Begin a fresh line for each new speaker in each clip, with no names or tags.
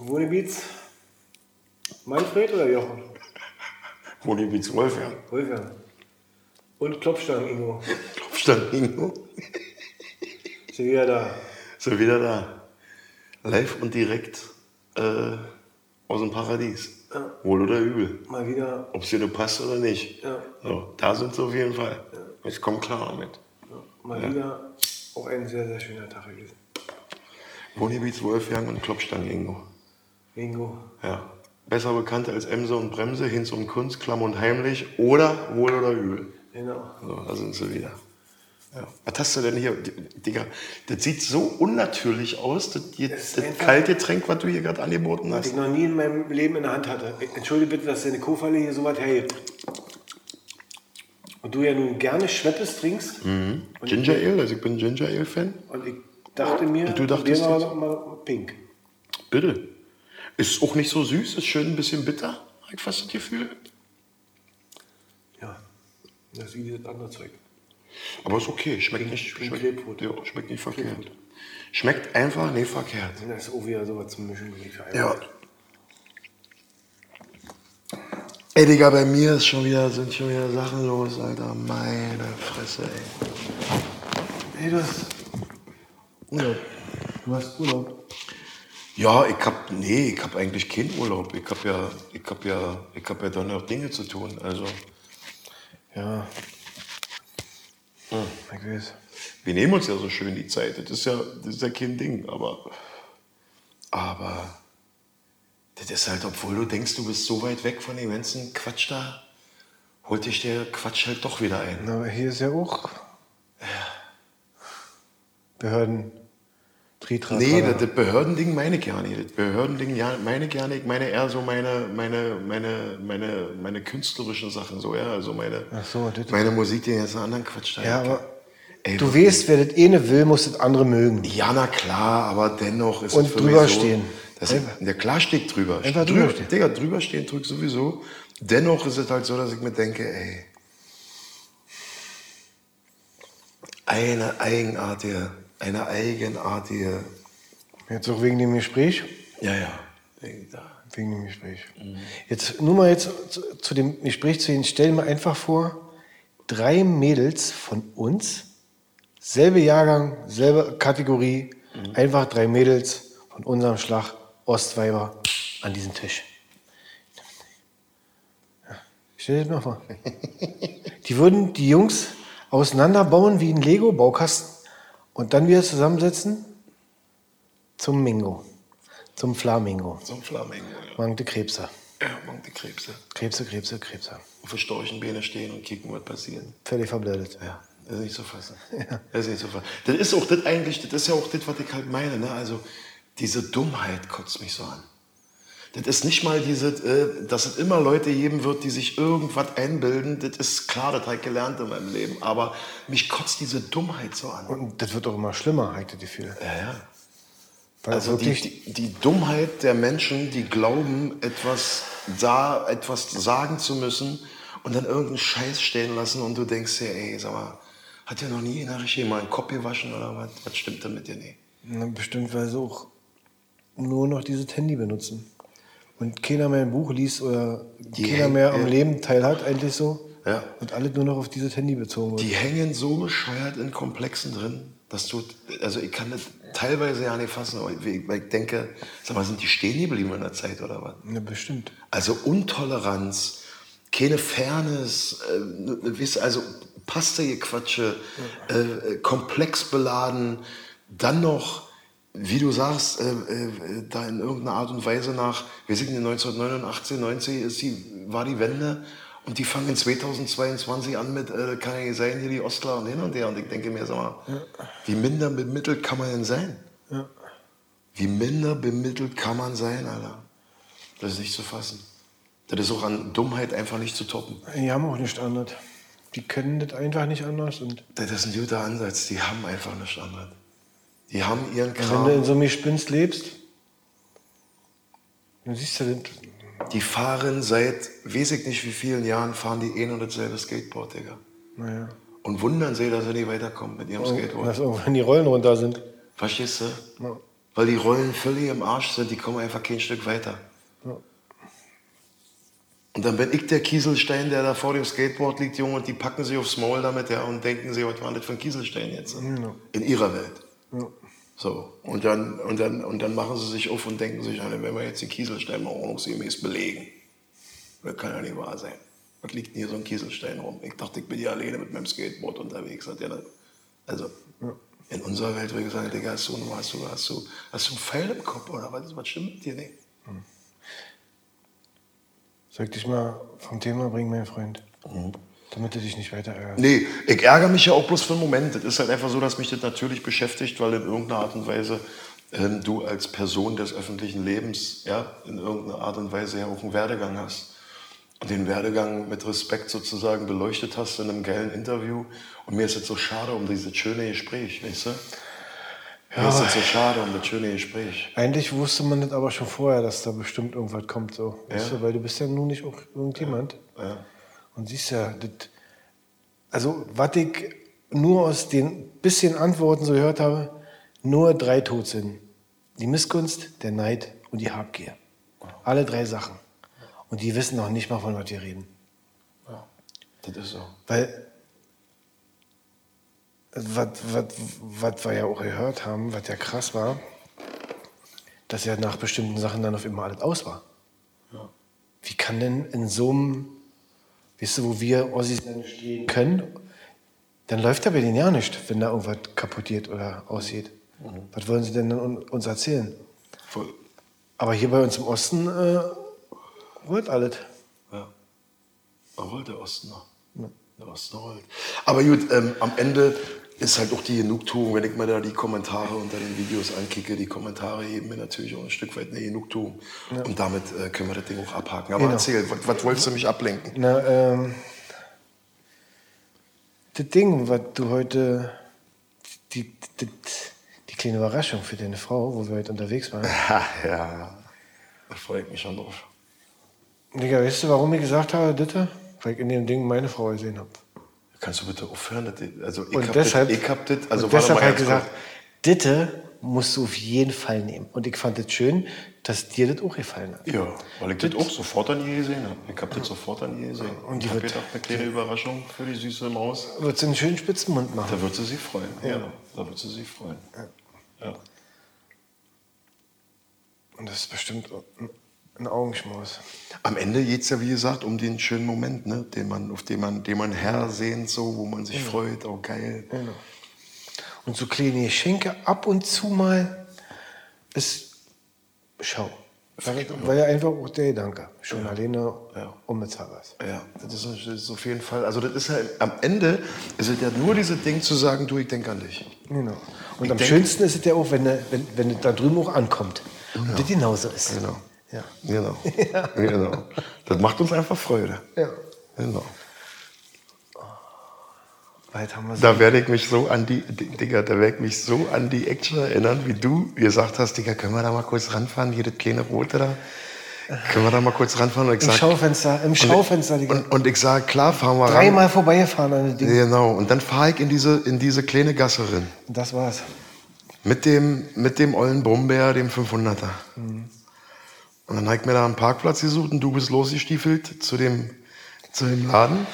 Wohnebeats, Manfred oder Jochen?
Wohnebeats Wolf, ja.
Wolfgang. Und Klopfstangen, Ingo.
Klopfstand Ingo.
Ist ja wieder da.
So wieder da. Live und direkt äh, aus dem Paradies.
Ja.
Wohl oder übel.
Mal wieder.
Ob es dir nur passt oder nicht.
Ja.
So, da sind sie auf jeden Fall. Ich komme klar damit.
ja, Mal wieder. Auch ein sehr, sehr schöner Tag gewesen.
Wohnebeats Wolfgang und Klopfstand Ingo.
Ingo.
Ja. Besser bekannt als Emse und Bremse, Hinz und Kunst, Klamm und Heimlich oder Wohl oder Übel.
Genau.
So, da sind sie wieder. Ja. Was hast du denn hier? D- Digga, das sieht so unnatürlich aus, das, hier,
Es ist
das
einfach-
Kaltgetränk, was du hier gerade angeboten
Was ich
hast.
noch nie in meinem Leben in der Hand hatte. Entschuldige bitte, dass deine Kofalle hier so was hergibt. Und du ja nun gerne Schweppes trinkst.
Mhm. Ginger Ale, also ich bin Ginger Ale-Fan.
Und ich dachte mir,
Und du dachtest
probieren wir
jetzt-
mal, mal pink.
Bitte. Ist auch nicht so süß, ist schön ein bisschen bitter, habe ich fast das Gefühl.
Ja. Das ist wie dieses andere Zeug.
Aber ist okay, schmeckt nicht,
pink
schmeckt,
Grapefruit.
ja, schmeckt nicht verkehrt.
Grapefruit.
Schmeckt einfach nicht verkehrt.
Da ist auch wieder sowas zum Mischen gelegt.
Ja. Ey, Digga, bei mir ist schon wieder, sind schon wieder Sachen los, Alter. Meine Fresse, ey.
Hey, du hast
Urlaub.
Du hast Urlaub.
Ja, ich hab, nee, ich hab eigentlich keinen Urlaub. Ich hab ja, ich hab ja, ich hab ja dann noch Dinge zu tun. Also,
Ja. Hm, Ich weiß.
wir nehmen uns ja so schön die Zeit. Das ist ja, das ist ja kein Ding. Aber, aber, das ist halt, obwohl du denkst, du bist so weit weg von dem ganzen Quatsch da, holt dich der Quatsch halt doch wieder ein.
Na, aber hier ist ja auch Behörden. Tritra.
Nee, das, das Behördending meine ich gar nicht. Das Behördending ja, meine ich gar nicht. Ich meine eher so meine, meine, meine, meine, meine künstlerischen Sachen so, ja. Also meine,
Ach so, das-
meine Musik, den ganzen anderen Quatsch. da.
Ja, aber
Ey,
du weißt, wer das eine will, muss das andere mögen.
ja, na klar, aber dennoch ist
Und
es für
drüber
mich so,
stehen.
Dass ich, ja, klar steht drüber.
Einfach drüber
drüber
stehen.
Digga, drüber stehen drück sowieso. Dennoch ist es halt so, dass ich mir denke, ey, eine eigenartige, eine eigenartige,
Jetzt auch wegen dem Gespräch.
ja, ja, Ey, da.
Wegen dem Gespräch. Jetzt nur mal jetzt zu, zu dem Gespräch zu Ihnen. Stell mir einfach vor, drei Mädels von uns, selbe Jahrgang, selbe Kategorie, einfach drei Mädels von unserem Schlag Ostweiber an diesem Tisch. Ja, Stell dir das mal vor. Die würden die Jungs auseinanderbauen wie ein Lego-Baukasten und dann wieder zusammensetzen zum Mingo, zum Flamingo.
So ein Flamingo, ja.
Mangelnde Krebse.
Ja, morgen die Krebse.
Krebse, Krebse, Krebse.
Auf der Storchenbeine stehen und kicken, was passiert.
Völlig verblendet.
Ja, das ist nicht zu fassen. Das ist nicht zu fassen. Das ist auch das eigentlich, das ist ja auch das, was ich halt meine. Ne? Also, diese Dummheit kotzt mich so an. Das ist nicht mal diese, äh, dass es immer Leute geben wird, die sich irgendwas einbilden. Das ist klar, das habe ich gelernt in meinem Leben. Aber mich kotzt diese Dummheit so an.
Und das wird auch immer schlimmer, habe ich das Gefühl.
Ja, ja.
Weil
also die,
wirklich,
die, die Dummheit der Menschen, die glauben, etwas da, etwas sagen zu müssen und dann irgendeinen Scheiß stehen lassen und du denkst dir, ey, sag mal, hat ja noch nie einer richtig mal einen Kopf gewaschen oder was? Was stimmt denn mit dir nicht?
na, bestimmt, weil sie auch nur noch dieses Handy benutzen. Und keiner mehr ein Buch liest oder keiner
hängen-
mehr am
ja.
Leben teilhat, eigentlich so.
Ja.
Und alle nur noch auf dieses Handy bezogen wird.
Die hängen so bescheuert in Komplexen drin, dass du, also ich kann das teilweise ja nicht fassen, aber ich, weil ich denke, sag mal, sind die stehen geblieben in der Zeit oder was?
Ja, bestimmt.
Also Untoleranz, keine Fairness, äh, ne- wiss- also Pastegequatsche, äh, äh, komplex beladen, dann noch, wie du sagst, äh, äh, da in irgendeiner Art und Weise nach, wir sind in 1989, 90 ist die, war die Wende und die fangen 2022 an mit, äh, kann ja nicht sein, hier die Ostler und hin und her und ich denke mir, sag mal, wie minder bemittelt kann man denn sein? Wie minder bemittelt kann man sein, Alter? Das ist nicht zu fassen. Das ist auch an Dummheit einfach nicht zu toppen.
Die haben auch nicht anders. Die können das einfach nicht anders. Und
Das ist ein guter Ansatz. Die haben einfach nichts anderes. Die haben ihren
wenn du in
Kram.
so einem Gespinst lebst, dann siehst du das.
Die fahren seit, weiß ich nicht wie vielen Jahren, fahren die ein und dasselbe Skateboard, Digga.
Naja.
Und
Oh,
wundern sich, dass sie nicht weiterkommen mit ihrem Skateboard.
Dass irgendwann die Rollen runter sind.
Verstehst du?
Ja.
Was weil die Rollen völlig im Arsch sind, die kommen einfach kein Stück weiter. Und dann bin ich der Kieselstein, der da vor dem Skateboard liegt, Junge, und die packen sich aufs Maul damit ja, und denken sich, was war das für ein Kieselstein jetzt? In ihrer Welt. So, und dann, und, dann, und dann machen sie sich auf und denken sich, na, wenn wir jetzt den Kieselstein mal ordnungsgemäß belegen, das kann ja nicht wahr sein. Was liegt denn hier so ein Kieselstein rum? Ich dachte, ich bin hier alleine mit meinem Skateboard unterwegs. Hat ja dann- also, in unserer Welt würde ich sagen, Digga, hast du, hast du, hast du, hast du einen Pfeil im Kopf oder was, was stimmt mit dir nicht?
Soll ich dich mal vom Thema bringen, mein Freund? Damit du dich nicht weiter ärgerst.
Nee, ich ärgere mich ja auch bloß für einen Moment. Das ist halt einfach so, dass mich das natürlich beschäftigt, weil in irgendeiner Art und Weise ähm, du als Person des öffentlichen Lebens ja, in irgendeiner Art und Weise ja auch einen Werdegang hast. Und den Werdegang mit Respekt sozusagen beleuchtet hast in einem geilen Interview. Und mir ist jetzt so schade um dieses schöne Gespräch, weißt du? Mir ist jetzt so schade um das schöne Gespräch.
Eigentlich wusste man das aber schon vorher, dass da bestimmt irgendwas kommt. So. Weißt du, weil du bist ja nun nicht auch irgendjemand.
Ja.
Und siehst ja, das, also was ich nur aus den bisschen Antworten so gehört habe, nur drei Todsünden. Die Missgunst, der Neid und die Habgier. Alle drei Sachen. Und die wissen noch nicht mal, von was wir reden.
ja, das ist so.
Weil, was, was, was wir ja auch gehört haben, was ja krass war, dass ja nach bestimmten Sachen dann auf immer alles aus war. Wie kann denn in so einem, weißt du, wo wir Ossis dann stehen können, dann läuft da bei denen ja nicht, wenn da irgendwas kaputtiert oder aussieht. Was wollen sie denn dann un- uns erzählen?
Voll.
Aber hier bei uns im Osten äh, wird alles.
Ja. Obwohl der Ostner. Der Ostner rollt. Aber gut, ähm, am Ende ist halt auch die Genugtuung, wenn ich mir da die Kommentare unter den Videos ankicke, die Kommentare geben mir natürlich auch ein Stück weit eine Genugtuung. Und damit äh, können wir das Ding auch abhaken. Aber
Genau.
erzähl, was, was wolltest du mich ablenken?
Na, ähm, das Ding, was du heute, die, die, die kleine Überraschung für deine Frau, wo wir heute unterwegs waren.
Ha, ja, da freue ich mich schon drauf.
Digga, weißt du, warum ich gesagt habe, Ditte? Weil ich in dem Ding meine Frau gesehen habe.
Kannst du bitte aufhören? dass die- Also ich
Und
hab
deshalb,
das, ich hab das, also
und
warte
deshalb
mal
habe ich
ganz
gesagt,
kurz.
Ditte musst du auf jeden Fall nehmen. Und ich fand es schön, dass dir das auch gefallen hat.
Ja, weil ich das auch sofort an ihr gesehen habe. Ich habe das sofort an ihr gesehen. Und
die
ich habe
wird-
gedacht, eine kleine Überraschung für die süße Maus.
Wird sie einen schönen Spitzenmund machen.
Da wird sie sich freuen. Ja, da wird sie sich freuen. Ja.
Und das ist bestimmt ein- ein Augenschmaus.
Am Ende geht es ja, wie gesagt, um den schönen Moment, ne? den man, auf den man, den man hersehnt, so, wo man sich freut, auch geil.
Genau. Und so kleine Geschenke ab und zu mal ist Schau. Weil, weil ja einfach auch der Gedanke. Schon alleine
genau.
um
Ja.
unbezahlbar ist.
Ja, das ist, das ist auf jeden Fall. Also das ist halt am Ende ist es ja nur dieses Ding zu sagen, du, ich denke an dich.
Genau. Und
Ich
am
denk-
schönsten ist es ja auch, wenn du wenn, wenn es da drüben auch ankommt. Und das genauso ist.
Genau.
Ja.
Genau. genau. Das macht uns einfach Freude.
ja.
Genau.
Weit haben wir so.
Da werde ich mich so an die, Digga, da werde ich mich so an die Action erinnern, wie du gesagt hast, Digga, können wir da mal kurz ranfahren, hier das kleine Rote da? Können wir da mal kurz ranfahren? Und ich
Im
sag,
Schaufenster, im Schaufenster,
und,
Digga.
und, und ich sage, klar, fahren wir ran.
Dreimal vorbeigefahren an dem Ding.
Genau, und dann fahre ich in diese, in diese kleine Gasse rein.
Und das war's.
Mit dem, mit dem ollen Brummbär, dem 500er.
Mhm.
Und dann habe ich mir da einen Parkplatz gesucht und du bist losgestiefelt zu dem, zu dem Laden.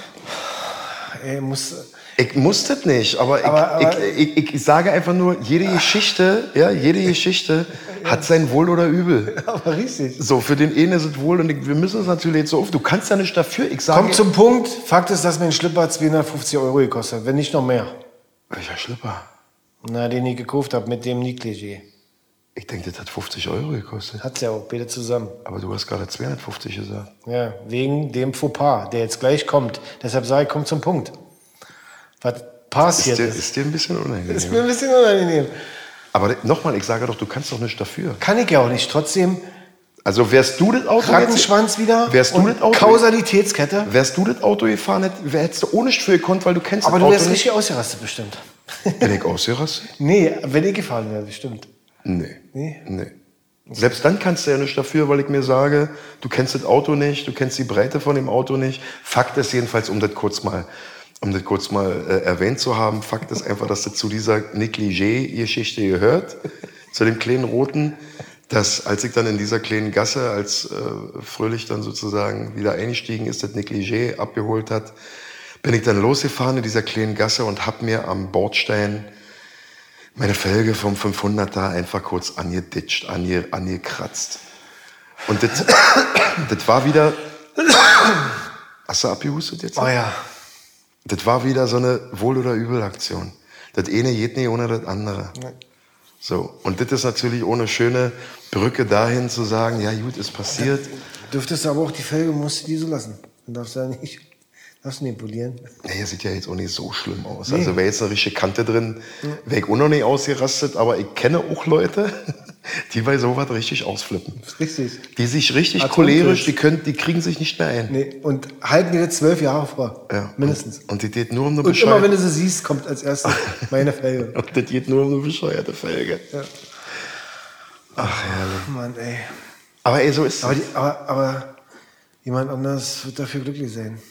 Ey, muss,
Ich muss das nicht, aber, ich-
Aber- aber-
ich, ich, ich sage einfach nur, jede Geschichte, ja, jede Geschichte hat sein Wohl oder Übel.
aber richtig.
So, für den einen ist es Wohl und ich, wir müssen es natürlich jetzt so auf. Du kannst ja nicht dafür. Ich sage.
Kommt zum Punkt. Fakt ist, dass mein Schlipper 250 Euro gekostet hat, wenn nicht noch mehr.
Welcher Schlipper?
Na, den ich gekauft habe mit dem Niklegé.
Ich denke, das hat 50 Euro gekostet.
Hat's ja auch, beide zusammen.
Aber du hast gerade 250 gesagt.
Ja, wegen dem Fauxpas, der jetzt gleich kommt. Deshalb sage ich, komm zum Punkt. Was
Ist
passiert
dir,
ist.
ist dir ein bisschen
Ist
unangenehm.
mir ein bisschen unangenehm.
Aber nochmal, ich sage doch, du kannst doch nicht dafür.
Kann ich ja auch nicht. Trotzdem,
Also wärst du das Auto,
Rattenschwanz wieder.
Wärst du
und
das Auto?
Kausalitätskette.
wärst du das Auto gefahren, hätt- wär- hättest du ohne Schwür gekonnt, weil du kennst
Aber
das
du
Auto
wärst richtig ausgerastet, bestimmt.
Bin ich ausgerastet?
nee, wenn ich gefahren wäre, bestimmt.
Nee.
Nee?
Selbst dann kannst du ja nicht dafür, weil ich mir sage, du kennst das Auto nicht, du kennst die Breite von dem Auto nicht. Fakt ist jedenfalls, um das kurz mal, um das kurz mal äh, erwähnt zu haben, Fakt ist einfach, dass das zu dieser Negligé-Geschichte gehört. zu dem kleinen Roten, dass als ich dann in dieser kleinen Gasse, als äh, Fröhlich dann sozusagen wieder eingestiegen ist, das Nick Leger abgeholt hat, bin ich dann losgefahren in dieser kleinen Gasse und hab mir am Bordstein meine Felge vom 500er einfach kurz angeditscht, ange, angekratzt. Und das, das war wieder... Hast du abgehustet jetzt?
Oh ja.
Das war wieder so eine Wohl- oder Übel-Aktion. Das eine geht nicht ohne das andere. So, und das ist natürlich ohne schöne Brücke dahin zu sagen, ja gut, ist passiert.
Dürftest du aber auch die Felge, musst du die so lassen. Dann darfst du ja nicht, darfst du nicht polieren.
Naja, sieht ja jetzt auch nicht so schlimm aus. Also wäre jetzt eine richtige Kante drin, wäre ich auch noch nicht ausgerastet, aber ich kenne auch Leute, die bei sowas richtig ausflippen.
Das ist richtig.
Die sich richtig
Atomkrieg.
cholerisch, die, können, die kriegen sich nicht mehr ein.
Nee, und halten dir jetzt zwölf Jahre vor.
Ja.
Mindestens.
Und, und die geht nur um eine
Und immer wenn
bescheuerte
du sie siehst, kommt als erstes meine Felge.
Und das geht nur um eine bescheuerte Felge.
Ja.
Ach herrlich.
Oh Mann, ey.
Aber ey, so ist
Aber,
es.
die, aber, aber jemand anders wird dafür glücklich sein.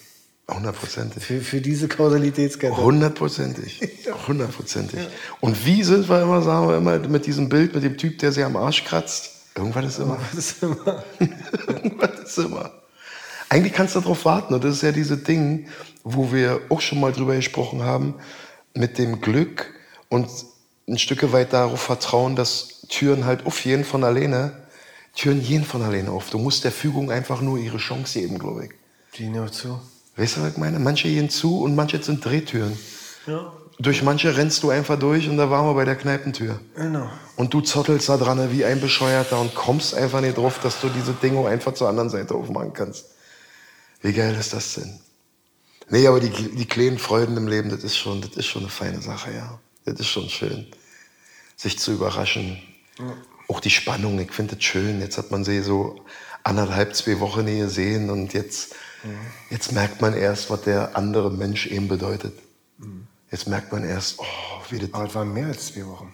Hundertprozentig.
Für, für diese Kausalitätskette.
Hundertprozentig. Hundertprozentig. Und wie sind wir immer, sagen wir immer, mit diesem Bild, mit dem Typ, der sich am Arsch kratzt? Irgendwann ist immer.
Das ist immer.
Irgendwann ist immer. Eigentlich kannst du darauf warten. Und das ist ja dieses Ding, wo wir auch schon mal drüber gesprochen haben, mit dem Glück und ein Stück weit darauf vertrauen, dass Türen halt auf jeden von alleine, Türen jeden von alleine auf. Du musst der Fügung einfach nur ihre Chance geben, glaube ich.
Die nehmen auch zu.
Weißt du, was ich meine? Manche gehen zu und manche sind Drehtüren.
Ja.
Durch manche rennst du einfach durch und da waren wir bei der Kneipentür.
Genau.
Und du zottelst da dran wie ein Bescheuerter und kommst einfach nicht drauf, dass du diese Dinge einfach zur anderen Seite aufmachen kannst. Wie geil ist das denn? Nee, aber die, die kleinen Freuden im Leben, das ist, schon, das ist schon eine feine Sache, ja. Das ist schon schön. Sich zu überraschen. Auch die Spannung, ich finde das schön. Jetzt hat man sie so anderthalb, zwei Wochen nie gesehen und jetzt, jetzt merkt man erst, was der andere Mensch eben bedeutet. Jetzt merkt man erst, oh, wie das
Aber es waren mehr als zwei Wochen.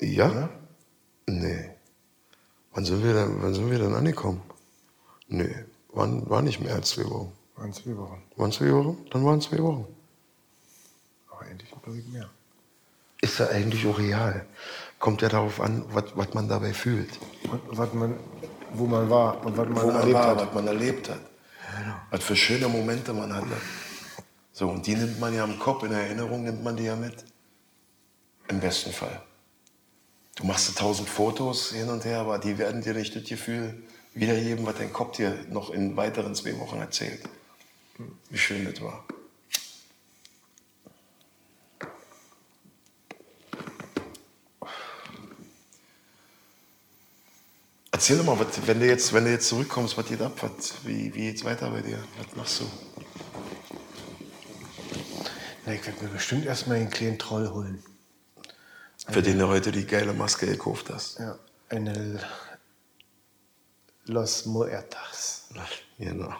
ne?
ja? Nee. Wann sind wir denn, wann sind wir denn angekommen? Nee, waren, war nicht mehr als zwei Wochen.
Waren zwei Wochen.
Waren zwei Wochen? Dann waren zwei Wochen.
Aber endlich glaube ich mehr.
Ist ja eigentlich auch real. Kommt ja darauf an, was man dabei fühlt.
Und was man, wo man war und was man
Wo man
erlebt
war,
hat.
was man erlebt hat. Was für schöne Momente man hatte. So, und die nimmt man ja im Kopf, in Erinnerung nimmt man die ja mit. Im besten Fall. Du machst dir tausend Fotos hin und her, aber die werden dir nicht das Gefühl wiedergeben, was dein Kopf dir noch in weiteren zwei Wochen erzählt. Wie schön das war. Erzähl doch mal, was, wenn, du jetzt, wenn du jetzt zurückkommst, was geht ab? Was, wie wie geht's weiter bei dir? Was machst du?
Na, ich werde mir bestimmt erstmal einen kleinen Troll holen.
Für den du heute die geile Maske gekauft hast.
Ja. Eine L- Los Muertas.
Genau.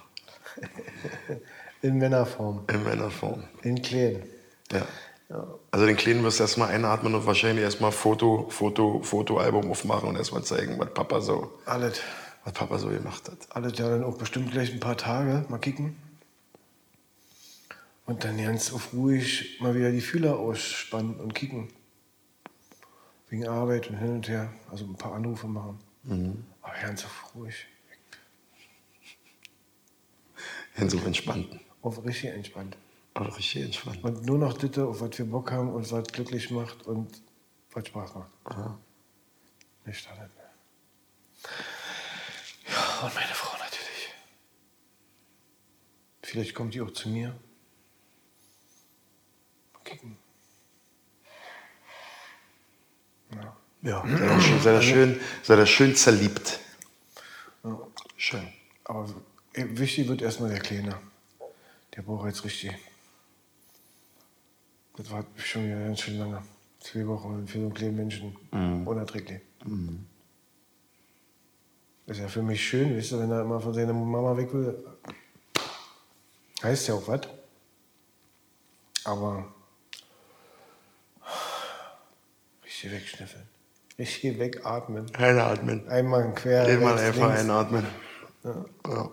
In Männerform.
In Männerform.
In klein.
Ja. Also den Kleinen wirst du erstmal einatmen und wahrscheinlich erstmal Foto, Foto, Fotoalbum aufmachen und erstmal zeigen, was Papa so,
Alles.
was Papa so gemacht hat.
Alles ja dann auch bestimmt gleich ein paar Tage. Mal kicken. Und dann ganz auf ruhig mal wieder die Fühler ausspannen und kicken. Wegen Arbeit und hin und her. Also ein paar Anrufe machen. Aber ganz auf ruhig.
In so entspannten.
Auf richtig entspannt.
Aber richtig entspannt.
Und nur noch das, auf was wir Bock haben und was glücklich macht und was Spaß macht.
Aha.
Nicht anders mehr. Ja, und meine Frau natürlich. Vielleicht kommt die auch zu mir. Mal kicken. Ja.
Ja, sei da schön, sei da schön, sei da schön zerliebt.
ja.
Schön.
Aber äh, wichtig wird erstmal der Kleine. Der braucht jetzt richtig. Das war schon wieder ganz schön lange. Zwei Wochen für so einen kleinen Menschen.
Mhm.
Unerträglich. Ist ja für mich schön, weißt du, wenn er immer von seiner Mama weg will. Heißt ja auch was. Aber richtig wegschnüffeln. Richtig wegatmen.
Einatmen.
Einmal quer.
Einmal
rechts,
einfach
links.
einatmen. Ja.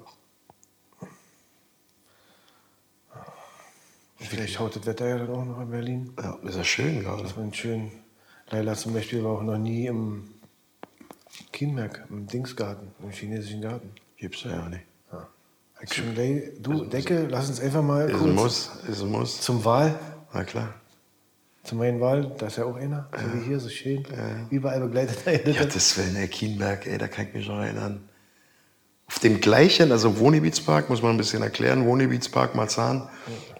Vielleicht haut das Wetter ja dann auch noch in Berlin.
ja, ist ja schön gerade.
Das war schön. Leila zum Beispiel war auch noch nie im Kienmerk im Dingsgarten, im chinesischen Garten.
Gibt's ja auch nicht.
Ja. Hab Ich
Also,
schon gleich, du, Decke, lass uns einfach mal
Ist ein
kurz
also Muss, ist ein Muss.
zum Wahl,
Na klar.
zu meinen Wahl, da ist ja auch einer, so wie hier, so schön, überall begleitet.
Ja, das wäre in Erkienberg, ey, da kann ich mich noch erinnern. Auf dem gleichen, also Wohngebietspark, muss man ein bisschen erklären, Wohngebietspark Marzahn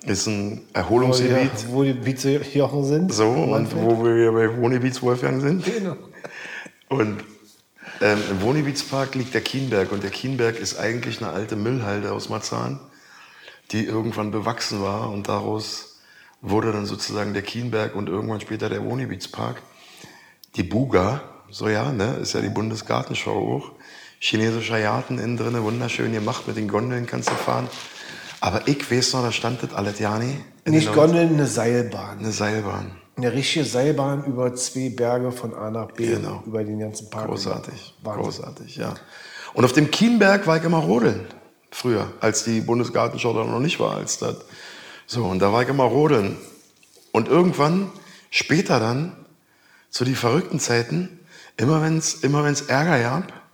ist
wo,
ein
die,
Erholungsgebiet.
wo die Pizzajochen sind.
So, und wo wir bei Wohngebiets Wolfgang sind.
Genau.
Und ähm, im Wohngebietspark liegt der Kienberg. Und der Kienberg ist eigentlich eine alte Müllhalde aus Marzahn, die irgendwann bewachsen war. Und daraus wurde dann sozusagen der Kienberg und irgendwann später der Wohngebietspark. Die Buga, so ja, ne, ist ja die Bundesgartenschau auch. Chinesischer Garten innen drin, wunderschön gemacht, mit den Gondeln kannst du fahren. Aber ich weiß noch, da stand das alles, Jani. in
Nicht
den-
Gondeln, eine Seilbahn.
Eine Seilbahn.
Eine richtige Seilbahn über zwei Berge von A nach B,
Genau.
über den ganzen Park.
Großartig,
Wahnsinn.
großartig, ja. Und auf dem Kienberg war ich immer rodeln, früher, als die Bundesgartenschau da noch nicht war, als das. So, und da war ich immer rodeln. Und irgendwann, später dann, zu den verrückten Zeiten, immer wenn's, immer wenn's Ärger gab,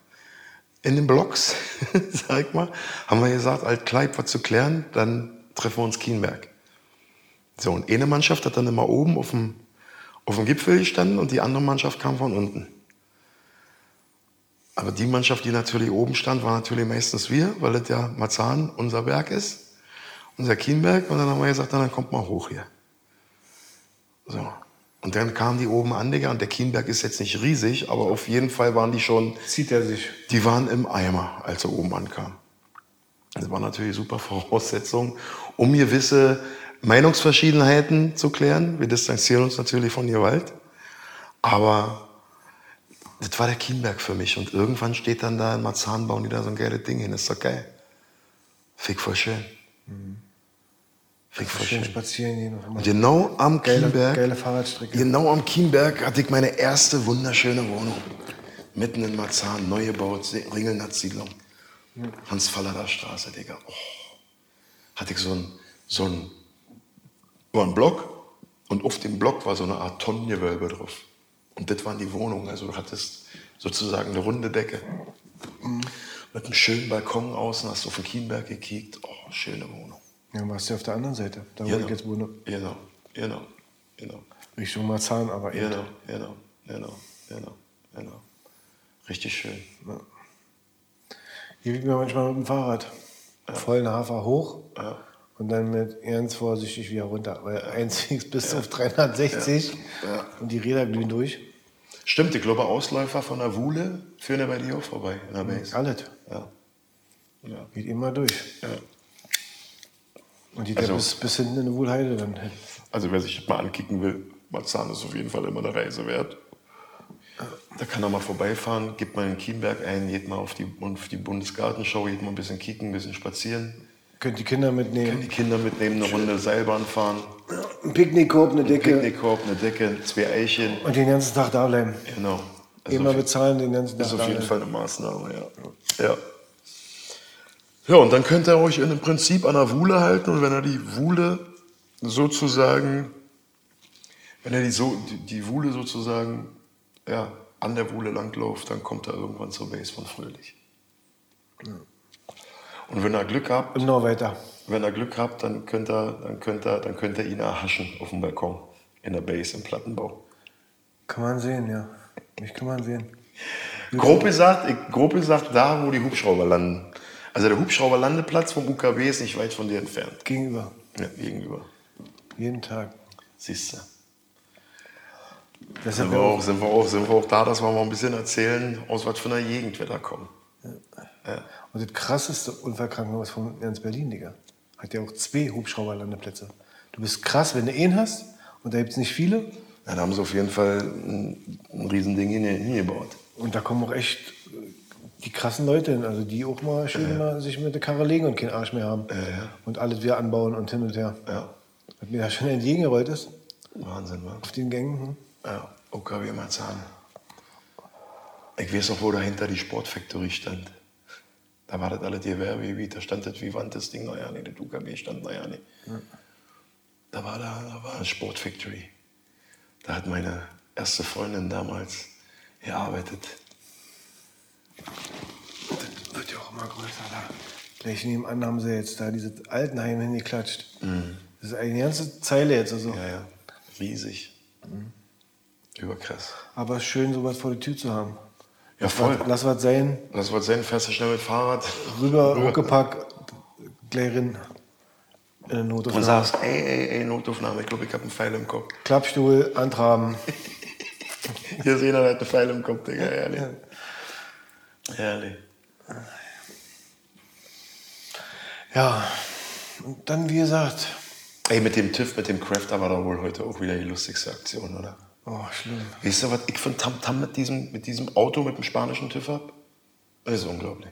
in den Blogs, sag ich mal, haben wir gesagt, alt Kleib was zu klären, dann treffen wir uns Kienberg. So, und eine Mannschaft hat dann immer oben auf dem, auf dem Gipfel gestanden und die andere Mannschaft kam von unten. Aber die Mannschaft, die natürlich oben stand, war natürlich meistens wir, weil das ja Marzahn unser Berg ist, unser Kienberg. Und dann haben wir gesagt, na, dann kommt mal hoch hier. So. Und dann kamen die oben an, Digga, und der Kienberg ist jetzt nicht riesig, aber auf jeden Fall waren die schon
Zieht er sich.
die waren im Eimer, als sie oben ankamen. Das war natürlich super Voraussetzung, um gewisse Meinungsverschiedenheiten zu klären. Wir distanzieren uns natürlich von Gewalt. Aber das war der Kienberg für mich. Und irgendwann steht dann da in Marzahn, bauen die da so ein geiles Ding hin. Ist doch geil. Fick voll schön. Mhm. Fick voll
Schön
schön.
spazieren gehen. auf einmal.
Genau am
Geile,
Kienberg.
geile Fahrradstrecke.
Genau am Kienberg hatte ich meine erste wunderschöne Wohnung. Mitten in Marzahn, neu gebaut, Se- Ringelnatz-Siedlung. Hans-Fallader Straße, Digga. Oh. Hatte ich so einen, so einen, war ein Block und auf dem Block war so eine Art Tonnengewölbe drauf. Und das waren die Wohnungen. Also du hattest sozusagen eine runde Decke. Mit einem schönen Balkon außen hast du auf den Kienberg gekickt. Oh, schöne Wohnung.
Ja, warst du auf der anderen Seite. Da wo ich jetzt wohne.
genau, genau, genau.
Richtung Marzahn, aber eben.
Genau, genau, genau, genau, genau. Richtig schön.
Hier liegt man manchmal mit dem Fahrrad. Voll eine Hafer hoch.
Ja.
Und dann mit ganz vorsichtig wieder runter. Weil eins links bis auf 360
Ja.
und die Räder glühen durch.
Stimmt, ich glaube, Ausläufer von der Wuhle führen ja bei dir auch vorbei in der Base.
Alles.
Ja. Ja.
Geht immer durch.
Ja.
Und die also,
Also-
bis, bis hinten in die Wohlheide dann hin.
Also wer sich das mal ankicken will, Marzahn ist auf jeden Fall immer eine Reise wert. Da kann er mal vorbeifahren, gibt mal in Kienberg ein, geht mal auf die, auf die Bundesgartenschau, geht mal ein bisschen kicken, ein bisschen spazieren.
Könnt die Kinder
Kann die
mitnehmen.
Kinder mitnehmen, eine Runde Seilbahn fahren,
Ein Picknickkorb, eine Decke.
Picknickkorb, eine Decke, zwei Eichen.
Und den ganzen Tag da bleiben.
Genau. Also
Immer
auf-
bezahlen, den ganzen Tag
Das ist
da
auf jeden
bleiben.
Fall eine Maßnahme, ja. Ja. Ja, und dann könnt ihr euch im Prinzip an der Wuhle halten und wenn ihr die Wuhle sozusagen, wenn ihr die, so, die, die Wuhle sozusagen ja, an der Wuhle langlauft, dann kommt ihr irgendwann zur Base von Fröhlich. Und wenn ihr Glück habt,
Und noch weiter.
wenn ihr Glück habt, dann könnt ihr, dann könnt ihr, dann könnt ihr ihn erhaschen auf dem Balkon in der Base im Plattenbau.
Kann man sehen, ja. Mich kann man sehen.
Grob gesagt, ich, grob gesagt, da, wo die Hubschrauber landen. Also der Hubschrauberlandeplatz vom UKW ist nicht weit von dir entfernt.
Gegenüber.
Ja, gegenüber.
Jeden Tag.
Siehst du.
Deshalb
Sind wir, auch, sind, wir auch, sind wir auch da, dass wir mal ein bisschen erzählen, aus was für einer Gegend wir da kommen.
Und das krasseste Unfallkrankenhaus von ganz Berlin, Digga, hat ja auch zwei Hubschrauberlandeplätze. Du bist krass, wenn du einen hast und da gibt es nicht viele.
Ja, da haben sie auf jeden Fall ein, ein Riesending hin- hingebaut.
Und da kommen auch echt äh, die krassen Leute hin, also die auch mal schön mal sich mit der Karre legen und keinen Arsch mehr haben.
ja.
Und alles wieder anbauen und hin und her.
Ja,
Was mir da schon entgegengerollt ist,
Wahnsinn, wa?
auf den Gängen. hm.
Ja, UKW Marzahn. Ich weiß noch, wo dahinter die Sportfactory stand. Da war das alles Gewerbegebiet, da stand das Vivant, das Ding, naja, nee, das UKW stand, naja, nee. Da war da, da war eine Sportfactory. Da hat meine erste Freundin damals gearbeitet.
auch mal größer da. Gleich nebenan haben sie jetzt da dieses Altenheim hingeklatscht. Das ist eine ganze Zeile jetzt. Also.
Mhm. Ja, ja. Riesig. Mhm. Überkrass.
Aber schön, sowas vor der Tür zu haben.
Ja, voll.
Lass was sein,
Das wird sein, fährst du schnell mit Fahrrad.
rüber, hochgepackt, gleich rin. In der
Und
Notaufnahme.
sagst, ey, ey, ey, Notaufnahme, ich glaube, ich habe einen Pfeil im Kopf.
Klappstuhl, antraben.
Hier ist jeder, der hat einen Pfeil im Kopf, Digga, herrlich. Herrlich.
Ja, und dann, wie gesagt,
Ey, mit dem TÜV, mit dem Crafter war doch wohl heute auch wieder die lustigste Aktion, oder?
oh, schlimm.
Weißt du, was ich von Tamtam mit diesem, mit diesem Auto, mit dem spanischen TÜV hab? Das ist unglaublich.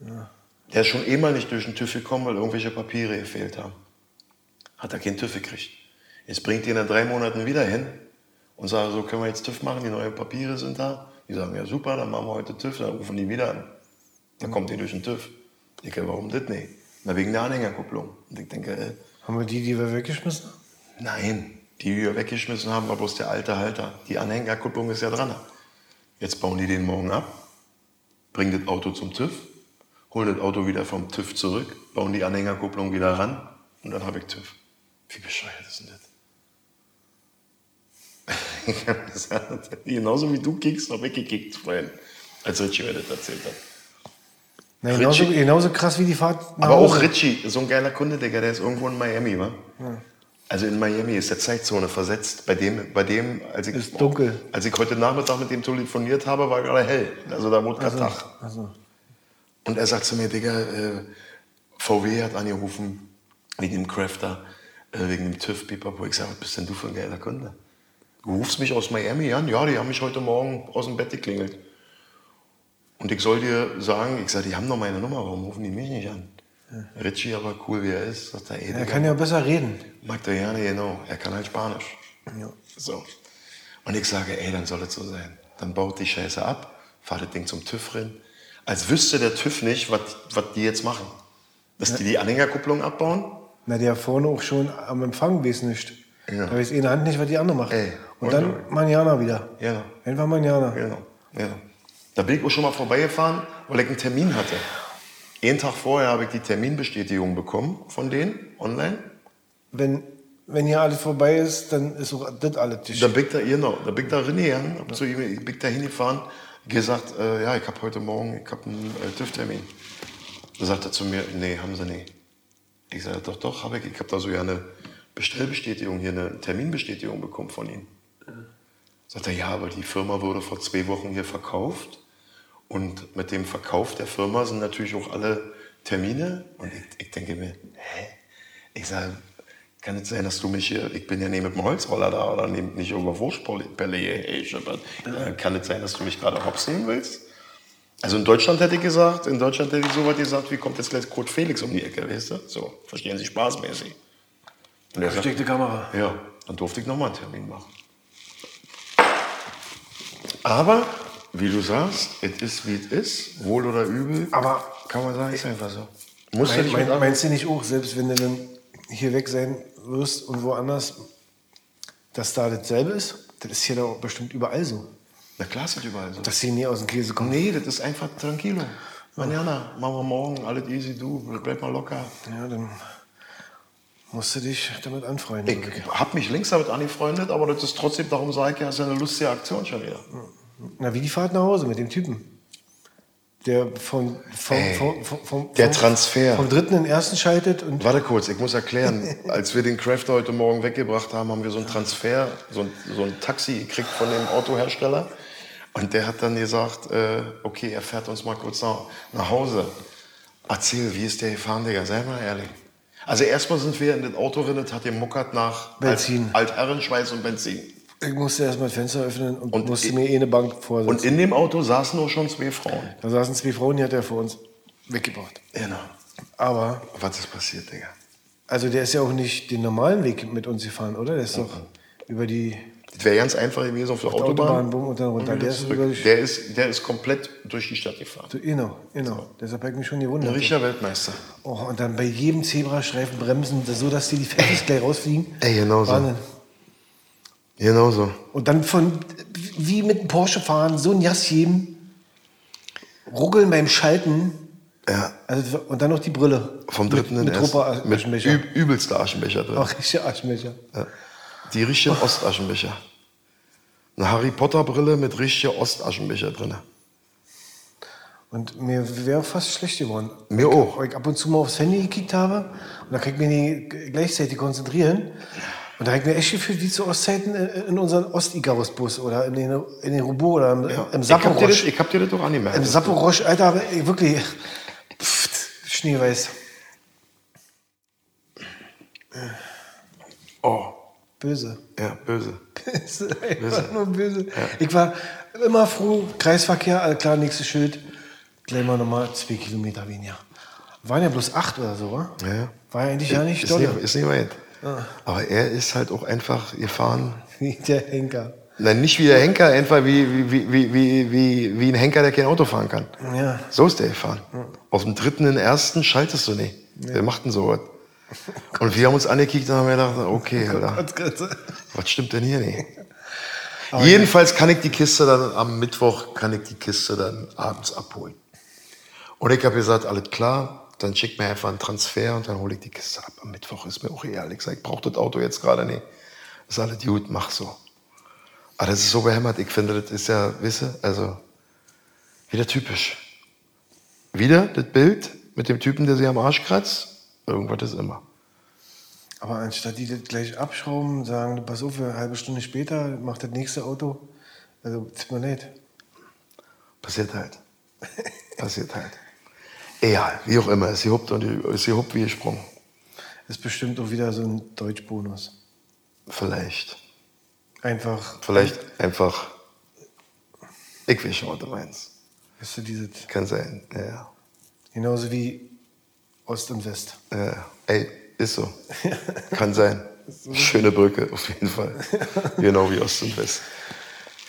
Der ist schon eh mal nicht durch den TÜV gekommen, weil irgendwelche Papiere gefehlt haben. Hat er keinen TÜV gekriegt. Jetzt bringt ihn in drei Monaten wieder hin und sagt, so können wir jetzt TÜV machen, die neuen Papiere sind da. Die sagen, ja super, dann machen wir heute TÜV, dann rufen die wieder an. Dann kommt die durch den TÜV. Ich denke, warum das nicht? Na, wegen der Anhängerkupplung. Und ich denke, äh,
Haben wir die, die wir weggeschmissen haben?
Nein, die wir weggeschmissen haben, war bloß der alte Halter. Die Anhängerkupplung ist ja dran. Jetzt bauen die den morgen ab, bringen das Auto zum TÜV, holen das Auto wieder vom TÜV zurück, bauen die Anhängerkupplung wieder ran und dann habe ich TÜV. Wie bescheuert ist denn das? ich habe gesagt, genauso wie du kickst, habe ich gekickt vorhin, als Richie mir das erzählt hat.
Nein, genauso,
Ritchie-
genauso krass wie die Fahrt nach
Aber auch
Hause.
Richie, so ein geiler Kunde, Digga, der ist irgendwo in Miami, wa? Also in Miami ist der Zeitzone versetzt. Bei dem, bei dem, als ich,
Ist dunkel.
als ich heute Nachmittag mit dem telefoniert habe, war gerade hell. Also da wurde gerade Tag.
Also,
Und er sagt zu mir, Digga, äh, VW hat angerufen wegen dem Crafter, äh, wegen dem TÜV Pipapo. Ich sage, was bist denn du für ein geiler Kunde? Du rufst mich aus Miami an? Ja, die haben mich heute Morgen aus dem Bett geklingelt. Und ich soll dir sagen, ich sage, die haben doch meine Nummer, warum rufen die mich nicht an? Richie, aber cool wie er ist, sagt er, ey,
er
Digga,
kann ja besser reden.
Magdalene, genau, er kann halt Spanisch.
Ja.
So. Und ich sage, ey, dann soll es so sein. Dann baut die Scheiße ab, fahrt das Ding zum TÜV rein. Als wüsste der TÜV nicht, was was die jetzt machen. Dass die die Anhängerkupplung abbauen?
Na, der vorne auch schon am Empfang weiß nicht.
Ja.
Da weiß eine Hand nicht, was die andere macht.
Ey,
und dann
unglaublich.
Manjana wieder.
Ja.
Einfach Manjana.
Genau. genau. Da bin ich auch schon mal vorbeigefahren, weil ich einen Termin hatte. Einen Tag vorher habe ich die Terminbestätigung bekommen von denen online.
Wenn, wenn hier alles vorbei ist, dann ist auch das alles
Da
geschickt.
bin ich da, genau, da bin ich da reingegangen, hab zu ihm, ich bin da hingefahren, gesagt, äh, ja, ich habe heute Morgen, ich habe einen äh, TÜV-Termin. Da sagt er zu mir, nee, haben sie nicht. Ich sage, doch, doch, habe ich. Ich habe da so ja eine Bestellbestätigung, hier eine Terminbestätigung bekommen von Ihnen. Sagt er, ja, aber die Firma wurde vor zwei Wochen hier verkauft. Und mit dem Verkauf der Firma sind natürlich auch alle Termine. Und ich, ich denke mir, hä? Ich sage, kann es sein, dass du mich hier, ich bin ja nicht mit dem Holzroller da oder nicht, nicht über Wurstpelle hier, ey, Schippert. Äh, Kann es sein, dass du mich gerade hops nehmen willst? Also in Deutschland hätte ich gesagt, in Deutschland hätte ich so was gesagt, wie kommt jetzt gleich Kurt Felix um die Ecke, weißt du? So, verstehen Sie spaßmäßig. Und er sagt,
Versteckte Kamera.
ja, dann durfte ich nochmal einen Termin machen. Aber, wie du sagst, es ist wie es ist, wohl oder übel,
Aber
kann man sagen, ist einfach so. Musst du
mein,
nicht mit
mein,
an-
meinst du nicht auch, selbst wenn du dann hier weg sein wirst und woanders, dass da dasselbe ist? Das ist hier doch bestimmt überall so.
Na klar, ist das überall so.
Dass sie nie aus dem Käse kommen.
nee, das ist einfach tranquilo. Manana, machen wir morgen, alles easy, du, bleib mal locker.
Ja, dann musst du dich damit anfreunden.
Ich hab mich links damit angefreundet, aber das ist trotzdem, darum sage ich ja, ist ja eine lustige Aktion schon wieder.
Na, wie die Fahrt nach Hause mit dem Typen. Der von, vom,
Ey,
vom, vom, vom,
der
vom-
Transfer.
Vom dritten in den ersten schaltet und
Warte kurz, ich muss erklären. Als wir den Crafter heute Morgen weggebracht haben, haben wir so einen Transfer, so ein, so ein Taxi gekriegt von dem Autohersteller. Und der hat dann gesagt, äh, okay, er fährt uns mal kurz nach, nach Hause. Erzähl, wie ist der gefahren, Digga? Sei mal ehrlich. Also erstmal sind wir in den Auto rein, das hat den Muckert nach
Benzin.
Alt Altherrenschweiß und Benzin.
ich musste erstmal das Fenster öffnen und,
Und
musste
i-
mir eh eine Bank vorsetzen.
Und in dem Auto saßen nur schon zwei Frauen.
da saßen zwei Frauen, die hat er vor uns weggebracht.
Genau.
Aber,
Was ist passiert, Digga?
also der ist ja auch nicht den normalen Weg mit uns gefahren, oder? Der ist doch über die
Das wäre ganz einfach gewesen auf der Autobahn. Mhm.
Autobahn, bumm, und dann runter. Der ist über die.
Der ist, der ist komplett durch die Stadt gefahren.
So, Genau, genau. Deshalb habe ich mich schon gewundert.
Ein richtiger Weltmeister.
Oh, und dann bei jedem Zebrastreifen bremsen, so dass dir die Fenster gleich rausfliegen.
Ey, genau so.
Wahnsinn.
Genau so.
Und dann von, wie mit einem Porsche fahren, so ein Jas geben. Ruckeln beim Schalten.
Ja.
Also, und dann noch die Brille.
Vom dritten
mit,
in
mit
den
Trupper
ersten. mit
Aschenbecher.
üb übelster Aschenbecher drin.
Auch richtige Aschenbecher.
Ja. Die richtige Ostaschenbecher. Eine Harry Potter Brille mit richtiger Ostaschenbecher drin.
Und mir wäre fast schlecht geworden.
Mir auch.
Weil ich ab und zu mal aufs Handy gekickt habe. Und da kann ich mich nicht gleichzeitig konzentrieren. Und da habe ich mir echt gefühlt wie zu Ostzeiten äh, in in unseren Ostigarus-Bus oder in den, in den Rubo oder im, im
Ich hab dir das,
Saporosch.
ich hab dir das doch
Im
angemerkt.
Saporosch, Alter, ey, wirklich. Pfft, Schneeweiß.
Oh,
Böse.
ja, böse.
Böse, einfach nur böse. Ich war immer froh, Kreisverkehr, alles klar, nächstes Schild. Gleich mal nochmal zwei Kilometer weniger. Waren ja bloß acht oder so, wa?
Ja, ja.
War ja eigentlich ja nicht
ist, nicht, Ah.
dolle.
ist nicht weit. Aber er ist halt auch einfach gefahren.
Wie der Henker.
Nein, nicht wie der Henker, einfach wie, wie, wie, wie, wie, wie ein Henker, der kein Auto fahren kann.
Ja.
So ist der gefahren. Aus dem dritten in den ersten schaltest du nicht. Der macht denn sowas. Und wir haben uns angekickt und haben gedacht, okay, Alter, was stimmt denn hier nicht? Jedenfalls kann ich die Kiste dann am Mittwoch, kann ich die Kiste dann abends abholen. Und ich habe gesagt, alles klar, dann schick mir einfach einen Transfer und dann hole ich die Kiste ab. Am Mittwoch ist mir auch egal. Ich sage, ich brauche das Auto jetzt gerade nicht. Ist alles gut, mach so. Aber das ist so behämmert. Ich finde, das ist ja, wisse, also wieder typisch. Wieder das Bild mit dem Typen, der sich am Arsch kratzt. Irgendwas ist immer.
Aber anstatt die das gleich abschrauben, sagen, pass auf, eine halbe Stunde später macht das nächste Auto. Also, tut mir leid.
Passiert halt. Passiert halt. Egal, wie auch immer, ist gehupt und ist gehupt wie gesprungen.
Ist bestimmt auch wieder so ein Deutschbonus.
Vielleicht.
Einfach,
Vielleicht einfach. Ich will schon, was du meinst.
weißt du, dieses,
Kann sein. Ja, Ja.
genauso wie Ost und West.
ja. Äh, Ey, ist so. Kann sein. Schöne Brücke, auf jeden Fall. Genau wie Ost und West.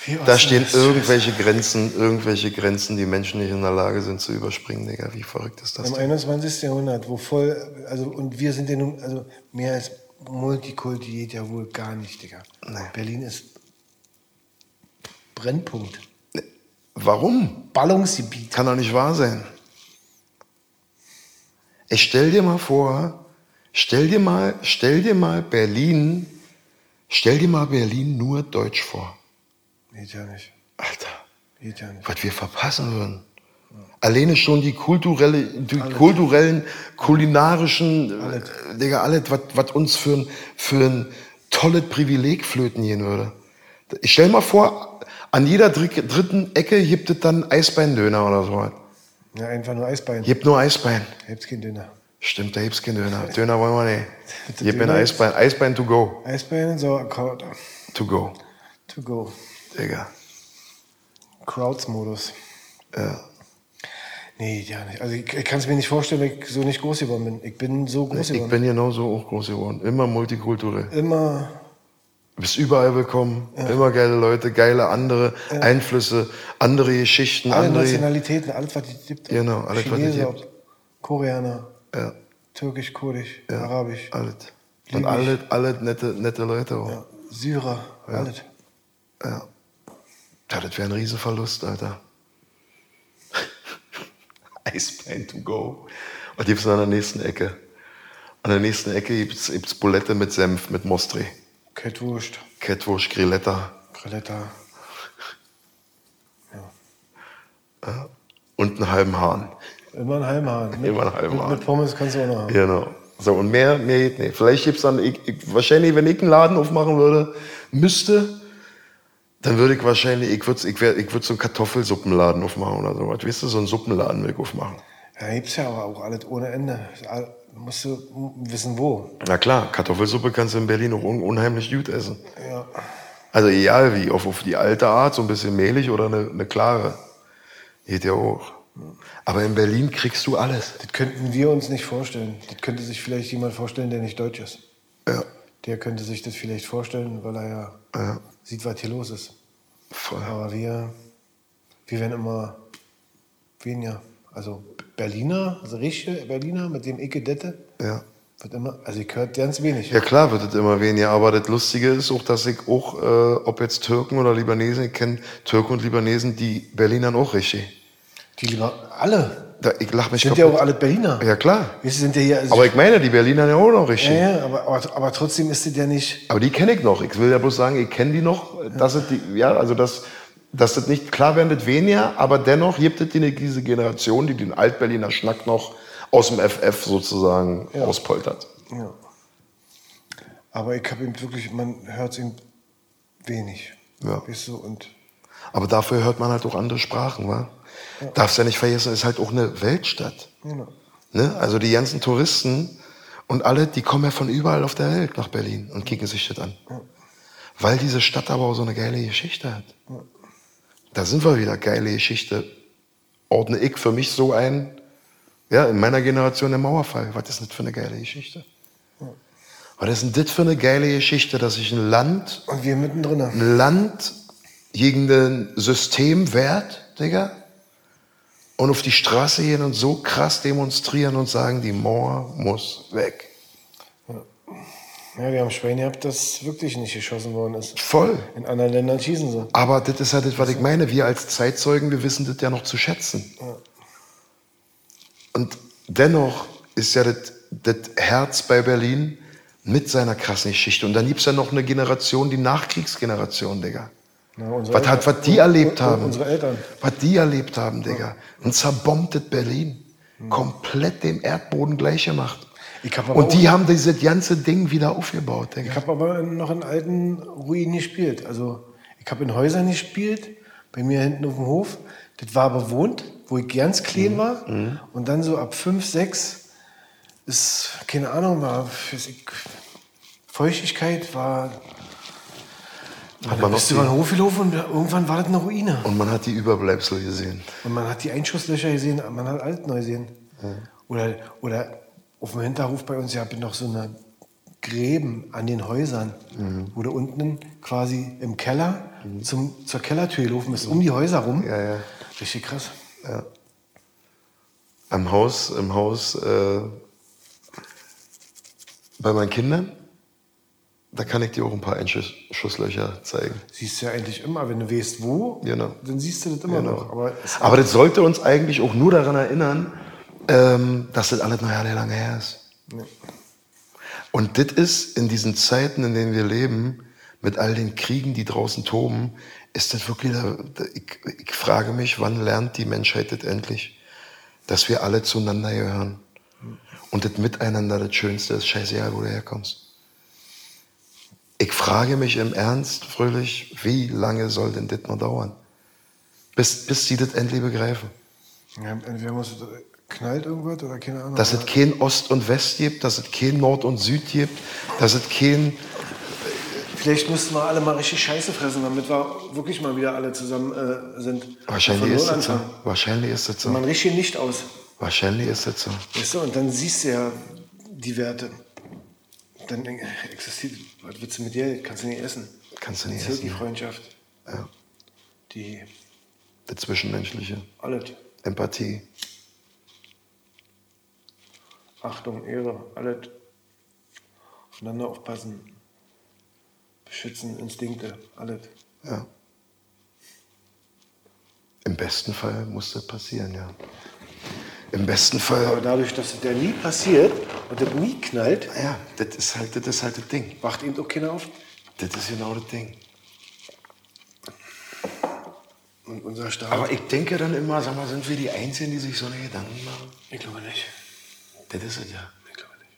Wie Ost
Da
und
stehen
West.
irgendwelche Grenzen, irgendwelche Grenzen, die Menschen nicht in der Lage sind zu überspringen, Digga. Wie verrückt ist das?
Im 21. Jahrhundert, wo voll, also und wir sind ja nun, also mehr als Multikulti geht ja wohl gar nicht, Digga.
Nee.
Berlin ist Brennpunkt,
Warum?
Ballungsgebiet.
Kann doch nicht wahr sein. Ich stell dir mal vor, stell dir mal, stell dir mal Berlin, stell dir mal Berlin nur deutsch vor.
Geht ja nicht,
Alter,
geht ja nicht.
was wir verpassen würden. Alleine schon die, kulturelle, die kulturellen, kulinarischen,
Alles.
äh, Digga, alles, was, was uns für ein, für ein tolles Privileg flöten gehen würde. Ich stell mal vor, an jeder drick- dritten Ecke gibt es dann Eisbeindöner oder so.
Ja, einfach nur Eisbein.
Gibt nur Eisbein.
Gibt's kein Döner.
Stimmt, da gibt's keinen Döner. Döner wollen wir nicht.
Der
Gib mir ein
Döner ist-
Eisbein. Eisbein to go.
Eisbein, Sauerkraut,
To go.
to go.
Digga.
Crowds-Modus.
Ja.
Nee, ja nicht. Also ich, ich kann es mir nicht vorstellen, weil ich so nicht groß geworden bin. Ich bin so groß
Ich
geworden.
bin genauso auch groß geworden. Immer multikulturell.
Immer,
Du bist überall willkommen. Immer geile Leute, geile andere Einflüsse, andere Geschichten,
alle
andere.
Nationalitäten, alles, was es gibt.
Genau, alles, was es
Chinesen,
gibt.
ob Koreaner,
Ja,
Türkisch, Kurdisch,
ja.
Arabisch,
Alles.
Lieb
Und
ich.
alle, alle nette, nette Leute auch. Ja.
ja, Syrer, alles.
Ja. das wäre ein Riesenverlust, Alter. Eisbein to go. Und die gibt's dann an der nächsten Ecke. An der nächsten Ecke gibt's, gibt's Bulette mit Senf, mit Mostri.
Kettwurst,
Kettwurst, Grilletta.
Grilletta.
Und einen halben Hahn.
Immer ein Heimhahn. Mit,
Immer ein Heimhahn.
Mit, mit Pommes kannst du auch noch haben.
Genau. So, und mehr, mehr geht nicht. Vielleicht gibt's dann, ich, ich, wahrscheinlich, wenn ich einen Laden aufmachen würde, müsste, dann würde ich wahrscheinlich, ich würde ich wär, ich würd so einen Kartoffelsuppenladen aufmachen oder sowas. Weißt du, so einen Suppenladen will ich aufmachen.
Ja, gibt's ja aber auch alles ohne Ende. Ist all- Musst du wissen, wo.
Na klar, Kartoffelsuppe kannst du in Berlin auch un unheimlich gut essen.
Ja.
Also egal wie, auf, auf die alte Art, so ein bisschen mehlig oder eine, eine klare. Geht ja auch. Aber in Berlin kriegst du alles.
Das könnten wir uns nicht vorstellen. Das könnte sich vielleicht jemand vorstellen, der nicht deutsch ist.
Ja,
Der könnte sich das vielleicht vorstellen, weil er ja,
Ja.
sieht, was hier los ist.
voll.
Aber wir, wir werden immer weniger. Also Berliner, also richtige Berliner mit dem Icke Dette,
Ja.
wird immer, also ich hört ganz wenig.
ja klar wird es immer weniger, aber das Lustige ist auch, dass ich auch, äh, ob jetzt Türken oder Libanesen, ich kenne Türken und Libanesen, die Berlinern auch richtig.
Die lieber alle.
Da, ich lach mich
Sind ja
kaputt.
auch alle Berliner.
Ja, klar.
Wir sind ja hier. also
Aber ich meine, die Berliner ja auch noch richtig.
ja, ja, aber, aber, aber trotzdem ist es ja nicht.
Aber die kenne ich noch. Ich will ja bloß sagen, ich kenne die noch. Das ist die, ja, also das, dass das nicht klar werden, das weniger, aber dennoch gibt es die- diese Generation, die den Altberliner Schnack noch aus dem FF sozusagen auspoltert.
Ja. Aber ich habe ihm wirklich, man hört ihm wenig.
Ja.
Weißt du, und
Aber dafür hört man halt auch andere Sprachen, wa? Darfst ja nicht vergessen, ist halt auch eine Weltstadt.
genau.
Ne? Also die ganzen Touristen und alle, die kommen ja von überall auf der Welt nach Berlin und kicken sich das an. Weil diese Stadt aber auch so eine geile Geschichte hat. Da sind wir wieder, geile Geschichte. Ordne ich für mich so ein, ja, in meiner Generation der Mauerfall. Was ist das für eine geile Geschichte? Was ist denn das für eine geile Geschichte, dass ich ein Land
Und wir mittendrin.
ein Land gegen den System wehrt, Digga, und auf die Straße gehen und so krass demonstrieren und sagen, die Mauer muss weg.
Ja, wir haben Schwein gehabt, dass wirklich nicht geschossen worden ist.
Voll.
In anderen Ländern schießen sie.
Aber das ist ja das, was ich meine. Wir als Zeitzeugen, wir wissen das ja noch zu schätzen. Und dennoch ist ja das, das Herz bei Berlin mit seiner krassen Geschichte. Und dann gibt es ja noch eine Generation, die Nachkriegsgeneration, Digga.
Ja, unsere
Was, hat,
Eltern-
was die erlebt haben.
Unsere Eltern.
Was die erlebt haben, Digga. Ein zerbombtes Berlin. Komplett dem Erdboden gleich gemacht.
Ich hab aber
Und die
auch-
haben dieses ganze Ding wieder aufgebaut,
Ich
Digga.
habe aber noch in alten Ruinen gespielt. Also ich habe in Häusern gespielt, bei mir hinten auf dem Hof. Das war bewohnt, wo ich ganz
Mhm.
klein war. Und dann so ab fünf, sechs ist, keine Ahnung, war weiß ich, Feuchtigkeit, war...
Hat
Da
man noch
bist
die,
du über den Hof gelaufen und irgendwann war das eine Ruine.
und man hat die Überbleibsel gesehen.
Und man hat die Einschusslöcher gesehen, man hat alles neu gesehen. Oder, oder auf dem Hinterhof bei uns, ihr habt noch so eine Gräben an den Häusern,
Mhm.
wo du unten quasi im Keller zum, zur Kellertür gelaufen bist, um die Häuser rum.
Ja, ja.
Richtig krass.
Am Haus, im Haus äh, bei meinen Kindern. Da kann ich dir auch ein paar Einschusslöcher zeigen.
Siehst du ja eigentlich immer, wenn du weißt, wo,
Genau.
dann siehst du das immer noch. Aber es, halt
Aber das sollte uns eigentlich auch nur daran erinnern, ähm, dass das alles noch jahrelang her ist. Und das ist in diesen Zeiten, in denen wir leben, mit all den Kriegen, die draußen toben, ist das wirklich, ich, ich frage mich, wann lernt die Menschheit das endlich? Dass wir alle zueinander gehören.
Hm.
Und das Miteinander das Schönste ist, scheißegal, wo du herkommst. Ich frage mich im Ernst, Fröhlich, wie lange soll denn das noch dauern? Bis, bis sie das endlich begreifen.
ja, entweder muss, knallt irgendwas oder keine Ahnung.
Dass
aber-
es kein Ost und West gibt, dass es kein Nord und Süd gibt, dass es kein
Vielleicht müssten wir alle mal richtig Scheiße fressen, damit wir wirklich mal wieder alle zusammen äh, sind.
Wahrscheinlich
Von
ist
Null
es so.
anfangen.
Wahrscheinlich ist es so.
Man richtet nicht aus.
Wahrscheinlich ist es so.
Weißt du, und dann siehst du ja die Werte. Dann denk- existiert, was willst du mit dir? Kannst du nicht essen.
Kannst du nicht
Zählt
essen.
die Freundschaft,
Ja.
die
Das Zwischenmenschliche.
alles.
Empathie.
Achtung, Ehre, alles. Aufeinander aufpassen. Beschützen, Instinkte, alles.
Ja. Im besten Fall muss das passieren, ja. Im besten
Aber
Fall.
dadurch, dass es der nie passiert und der nie knallt,
Ja, das ist halt das, ist halt das Ding.
wacht eben auch keiner auf.
Das ist genau das Ding.
Und unser Staat.
Aber ich denke dann immer, sag mal, sind wir die Einzigen, die sich so eine Gedanken machen?
ich glaube nicht.
Das ist es ja.
Ich glaube nicht.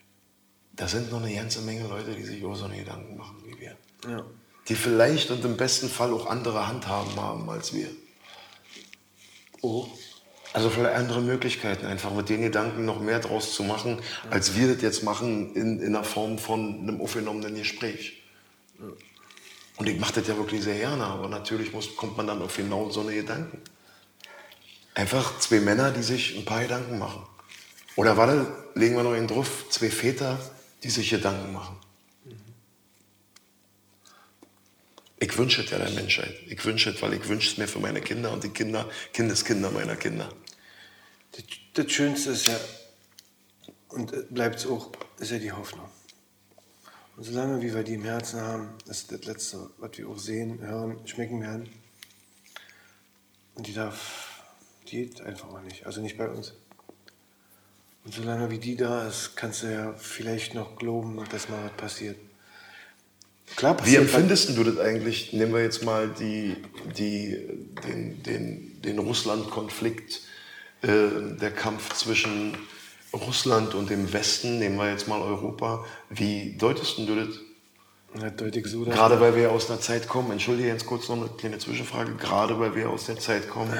Da sind noch eine ganze Menge Leute, die sich auch so eine Gedanken machen wie wir.
Ja.
Die vielleicht und im besten Fall auch andere Handhaben haben als wir.
Oh.
Also vielleicht andere Möglichkeiten, einfach mit den Gedanken noch mehr draus zu machen, als wir das jetzt machen in, in der Form von einem aufgenommenen Gespräch. Und ich mache das ja wirklich sehr gerne, aber natürlich muss, kommt man dann auf genau so eine Gedanken. Einfach zwei Männer, die sich ein paar Gedanken machen. Oder warte, legen wir noch einen drauf, zwei Väter, die sich Gedanken machen. Ich wünsche es ja der Menschheit. Ich wünsche es, weil ich wünsche es mir für meine Kinder und die Kinder, Kindeskinder meiner Kinder.
Das, das Schönste ist ja, und bleibt es auch, ist ja die Hoffnung. Und solange wie wir die im Herzen haben, ist das Letzte, was wir auch sehen, hören, schmecken werden. Und die darf, die geht einfach auch nicht. Also nicht bei uns. Und solange wie die da ist, kannst du ja vielleicht noch glauben, dass mal was passiert. Klar
Wie
passiert
empfindest denn du das eigentlich? Nehmen wir jetzt mal die, die, den, den, den Russland-Konflikt, äh, der Kampf zwischen Russland und dem Westen, nehmen wir jetzt mal Europa. Wie deutest denn du das?
was. Eindeutig so, dass
Gerade weil wir aus einer Zeit kommen, entschuldige jetzt kurz noch eine kleine Zwischenfrage, gerade weil wir aus der Zeit kommen,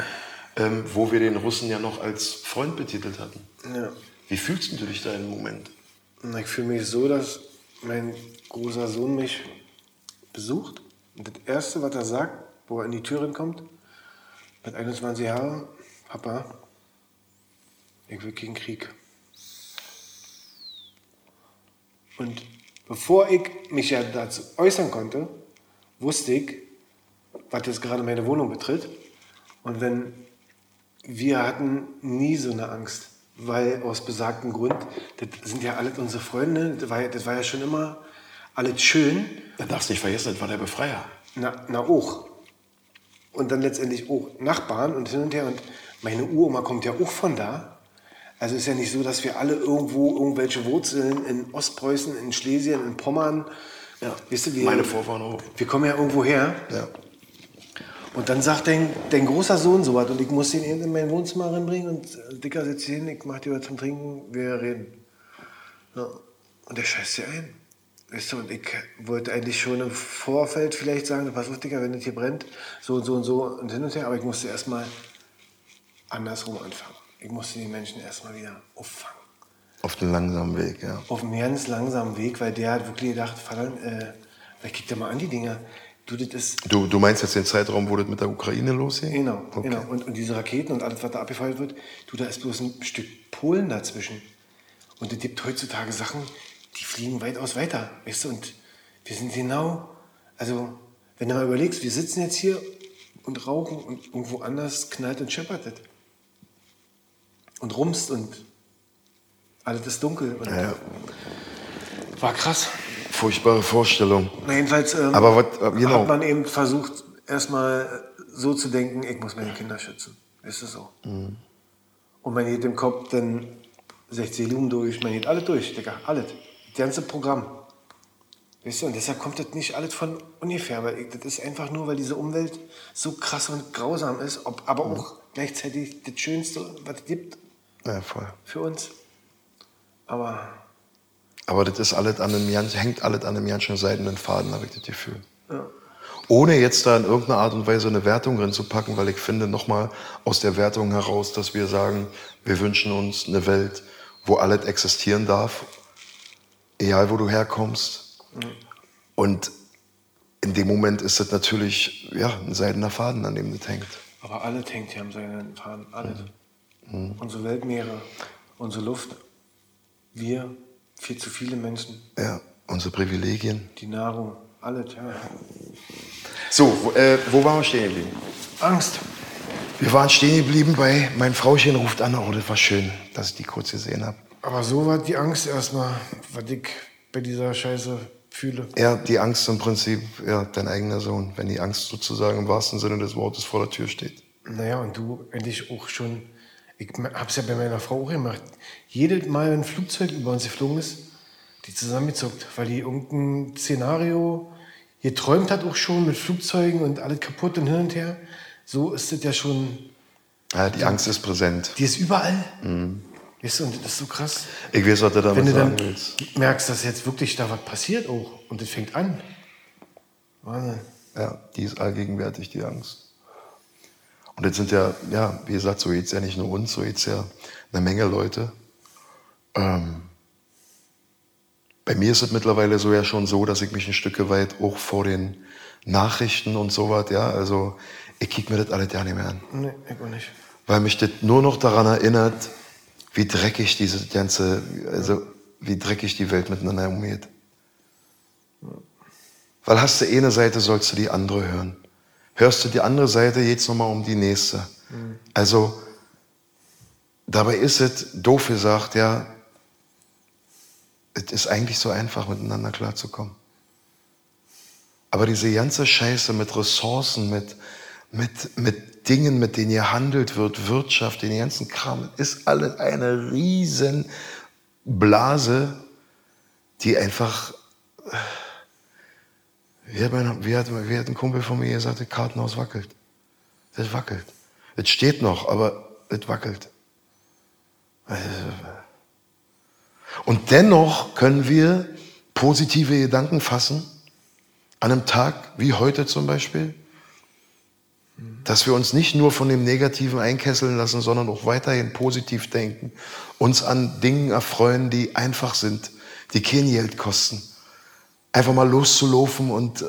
ähm, wo wir den Russen ja noch als Freund betitelt hatten.
Ja.
Wie fühlst denn du dich da im Moment?
Na, ich fühle mich so, dass mein großer Sohn mich besucht. Und das Erste, was er sagt, wo er in die Türen kommt, mit 21 Jahren, Papa, ich will keinen Krieg. Und bevor ich mich ja dazu äußern konnte, wusste ich, was jetzt gerade meine Wohnung betritt. Und wenn wir hatten nie so eine Angst, weil aus besagtem Grund, das sind ja alle unsere Freunde, das war ja, das war ja schon immer alles schön,
Da darfst du nicht vergessen, das war der Befreier.
na, na auch. Und dann letztendlich auch Nachbarn und hin und her. Und meine Uroma kommt ja auch von da. Also ist ja nicht so, dass wir alle irgendwo irgendwelche Wurzeln in Ostpreußen, in Schlesien, in Pommern.
Ja.
Weißt du, wir,
Meine Vorfahren auch.
wir kommen ja irgendwo her.
Ja.
Und dann sagt dein, dein großer Sohn sowas und ich muss den eben in mein Wohnzimmer reinbringen und äh, Dicker setzt sich hin, ich mach dir was zum Trinken, wir reden. Ja. Und der scheißt dir ein. Weißt du, und ich wollte eigentlich schon im Vorfeld vielleicht sagen, pass auf, Dicker, wenn das hier brennt, so und so und so und hin und her, aber ich musste erstmal andersrum anfangen. Ich musste die Menschen erstmal wieder auffangen.
Auf den langsamen Weg, ja.
Auf einem ganz langsamen Weg, weil der hat wirklich gedacht, verdammt, äh, vielleicht kick dir mal an die Dinger. Du, das ist
Du, du meinst jetzt den Zeitraum, wo das mit der Ukraine losging?
Genau,
Okay.
genau. Und, und diese Raketen und alles, was da abgefeuert wird, du, da ist bloß ein Stück Polen dazwischen. Und es gibt heutzutage Sachen, die fliegen weitaus weiter, weißt du? Und wir sind genau, also, wenn du mal überlegst, wir sitzen jetzt hier und rauchen und irgendwo anders knallt und scheppert es. Und rumst und alles ist dunkel. Und
Ja,
War krass.
furchtbare Vorstellung.
Na, jedenfalls ähm,
Aber was- äh, genau.
hat man eben versucht, erstmal so zu denken, ich muss meine Kinder schützen. Ist es so?
Mhm.
Und man geht im Kopf dann 60 Lumen durch, man geht alles durch, Digga, alles. Das ganze Programm. Weißt du, und deshalb kommt das nicht alles von ungefähr, weil ich, das ist einfach nur, weil diese Umwelt so krass und grausam ist, ob, aber
Mhm.
auch gleichzeitig das Schönste, was es gibt
Ja, voll.
für uns. Aber
Aber das ist alles an einem, ganz- hängt alles an einem ganz schön seidenen Faden, habe ich das Gefühl.
Ja.
Ohne jetzt da in irgendeiner Art und Weise eine Wertung reinzupacken, weil ich finde, nochmal aus der Wertung heraus, dass wir sagen, wir wünschen uns eine Welt, wo alles existieren darf, egal wo du herkommst. Und in dem Moment ist das natürlich ja, ein seidener Faden, an dem das hängt.
Aber alles hängt hier am seinen Faden, alles. Mhm. Unsere Weltmeere, unsere Luft, wir, viel zu viele Menschen,
Ja, unsere Privilegien.
die Nahrung, alles, ja.
So, wo, äh, wo waren wir stehen geblieben?
Angst.
Wir waren stehen geblieben bei mein Frauchen ruft an. Oh, das war schön, dass ich die kurz gesehen habe.
Aber so war die Angst erstmal, was ich bei dieser Scheiße fühle.
Ja, die Angst im Prinzip, ja, dein eigener Sohn, wenn die Angst sozusagen im wahrsten Sinne des Wortes vor der Tür steht.
Naja, und du endlich auch schon, ich hab's ja bei meiner Frau auch gemacht, jedes Mal, wenn ein Flugzeug über uns geflogen ist, die zusammengezuckt, weil die irgendein Szenario geträumt hat auch schon mit Flugzeugen und alles kaputt und hin und her. So ist das ja schon
Ja, die Angst ist präsent.
Die ist überall. Mhm. Weißt du, und das ist so krass.
Ich weiß, was du damit
Wenn du
sagen
dann
willst.
merkst, dass jetzt wirklich da was passiert auch und es fängt an. Wahnsinn.
Ja, die ist allgegenwärtig, die Angst. Und jetzt sind ja, ja, wie gesagt, so geht's ja nicht nur uns, so geht's ja eine Menge Leute. Ähm, bei mir ist es mittlerweile so ja schon so, dass ich mich ein Stück weit auch vor den Nachrichten und sowas, ja, also ich kick mir das alles ja nicht mehr an.
Nee, ich auch nicht.
Weil mich das nur noch daran erinnert, wie dreckig diese ganze, also wie dreckig die Welt miteinander umgeht. Weil hast du eine Seite, sollst du die andere hören. Hörst du die andere Seite, geht's nochmal um die nächste. Also, dabei ist es doof gesagt, ja, es ist eigentlich so einfach, miteinander klarzukommen. Aber diese ganze Scheiße mit Ressourcen, mit, mit, mit Dingen, mit denen hier handelt wird, Wirtschaft, den ganzen Kram, ist alles eine riesen Blase, die einfach. äh, Wie hat, mein, wie, hat, wie hat ein Kumpel von mir gesagt, das Kartenhaus wackelt. Das wackelt. Es steht noch, aber es wackelt. Also, äh. Und dennoch können wir positive Gedanken fassen, an einem Tag wie heute zum Beispiel, dass wir uns nicht nur von dem Negativen einkesseln lassen, sondern auch weiterhin positiv denken, uns an Dingen erfreuen, die einfach sind, die kein Geld kosten. Einfach mal loszulaufen und. äh,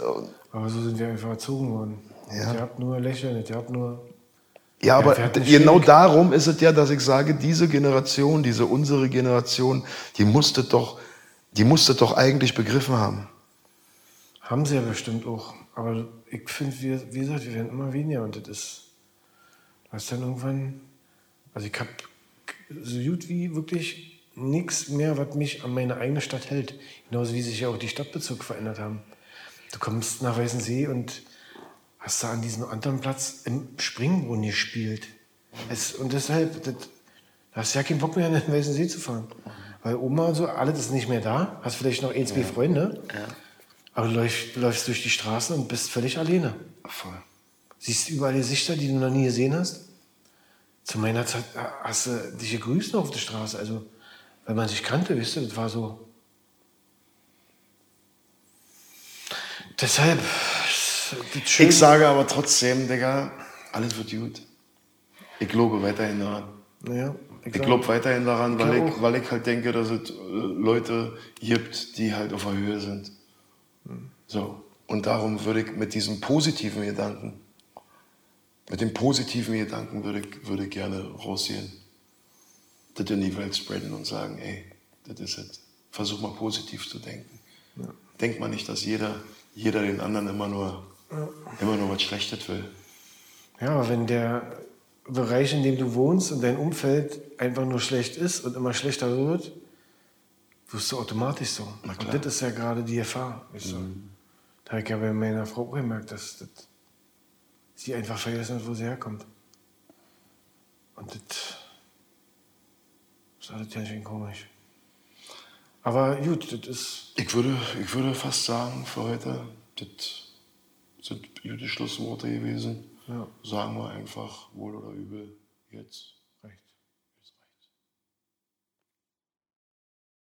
Aber so sind wir einfach erzogen worden.
Ja.
Ihr habt nur lächeln, ihr habt nur.
Ja, aber
wir hatten es
genau
schwierig.
darum ist es ja, dass ich sage, diese Generation, diese unsere Generation, die musste doch, die musste doch eigentlich begriffen haben.
Haben sie ja bestimmt auch. Aber ich finde, wir, wie gesagt, wir werden immer weniger und das ist. Was dann irgendwann. Also ich habe so gut wie wirklich nichts mehr, was mich an meine eigene Stadt hält. Genauso wie sich ja auch die Stadtbezirke verändert haben. Du kommst nach Weißensee und hast da an diesem anderen Platz im Springbrunnen gespielt. Es, und deshalb, das, da hast du ja keinen Bock mehr, an den Weißensee zu fahren. Weil Oma und so, alles ist nicht mehr da. Hast vielleicht noch ein, zwei Freunde. Aber du läufst, läufst durch die Straßen und bist völlig alleine.
Voll.
Siehst überall Gesichter, die du noch nie gesehen hast. Zu meiner Zeit äh, hast du dich gegrüßt noch auf der Straße. Also, weil man sich kannte, wisst ihr, das war so. Deshalb, das Schöne-
Ich sage aber trotzdem, Digga, alles wird gut. Ich glaube weiterhin daran.
Ja,
Ich glaube weiterhin daran, weil
glaub
ich,
auch.
weil ich halt denke, dass es äh, Leute gibt, die halt auf der Höhe sind.
Hm.
So. Und darum würde ich mit diesem positiven Gedanken, mit dem positiven Gedanken würde ich, würde ich gerne rausgehen. Das in die Welt spreaden und sagen, ey, das ist es. Versuch mal positiv zu denken. Denk mal nicht, dass jeder, jeder den anderen immer nur, immer nur was Schlechtes will.
Ja, aber wenn der Bereich, in dem du wohnst und dein Umfeld einfach nur schlecht ist und immer schlechter wird, wirst du automatisch so.
Na
Und
klar. Mhm.
das ist ja gerade die Gefahr. weißt du. Da habe ich ja bei meiner Frau auch gemerkt, dass, das- sie einfach vergessen hat, wo sie herkommt. Und das ist alles ganz schön komisch. Aber gut, das ist.
Ich würde, ich würde fast sagen, für heute, das sind gute Schlussworte gewesen.
Ja.
Sagen wir einfach, wohl oder übel, jetzt.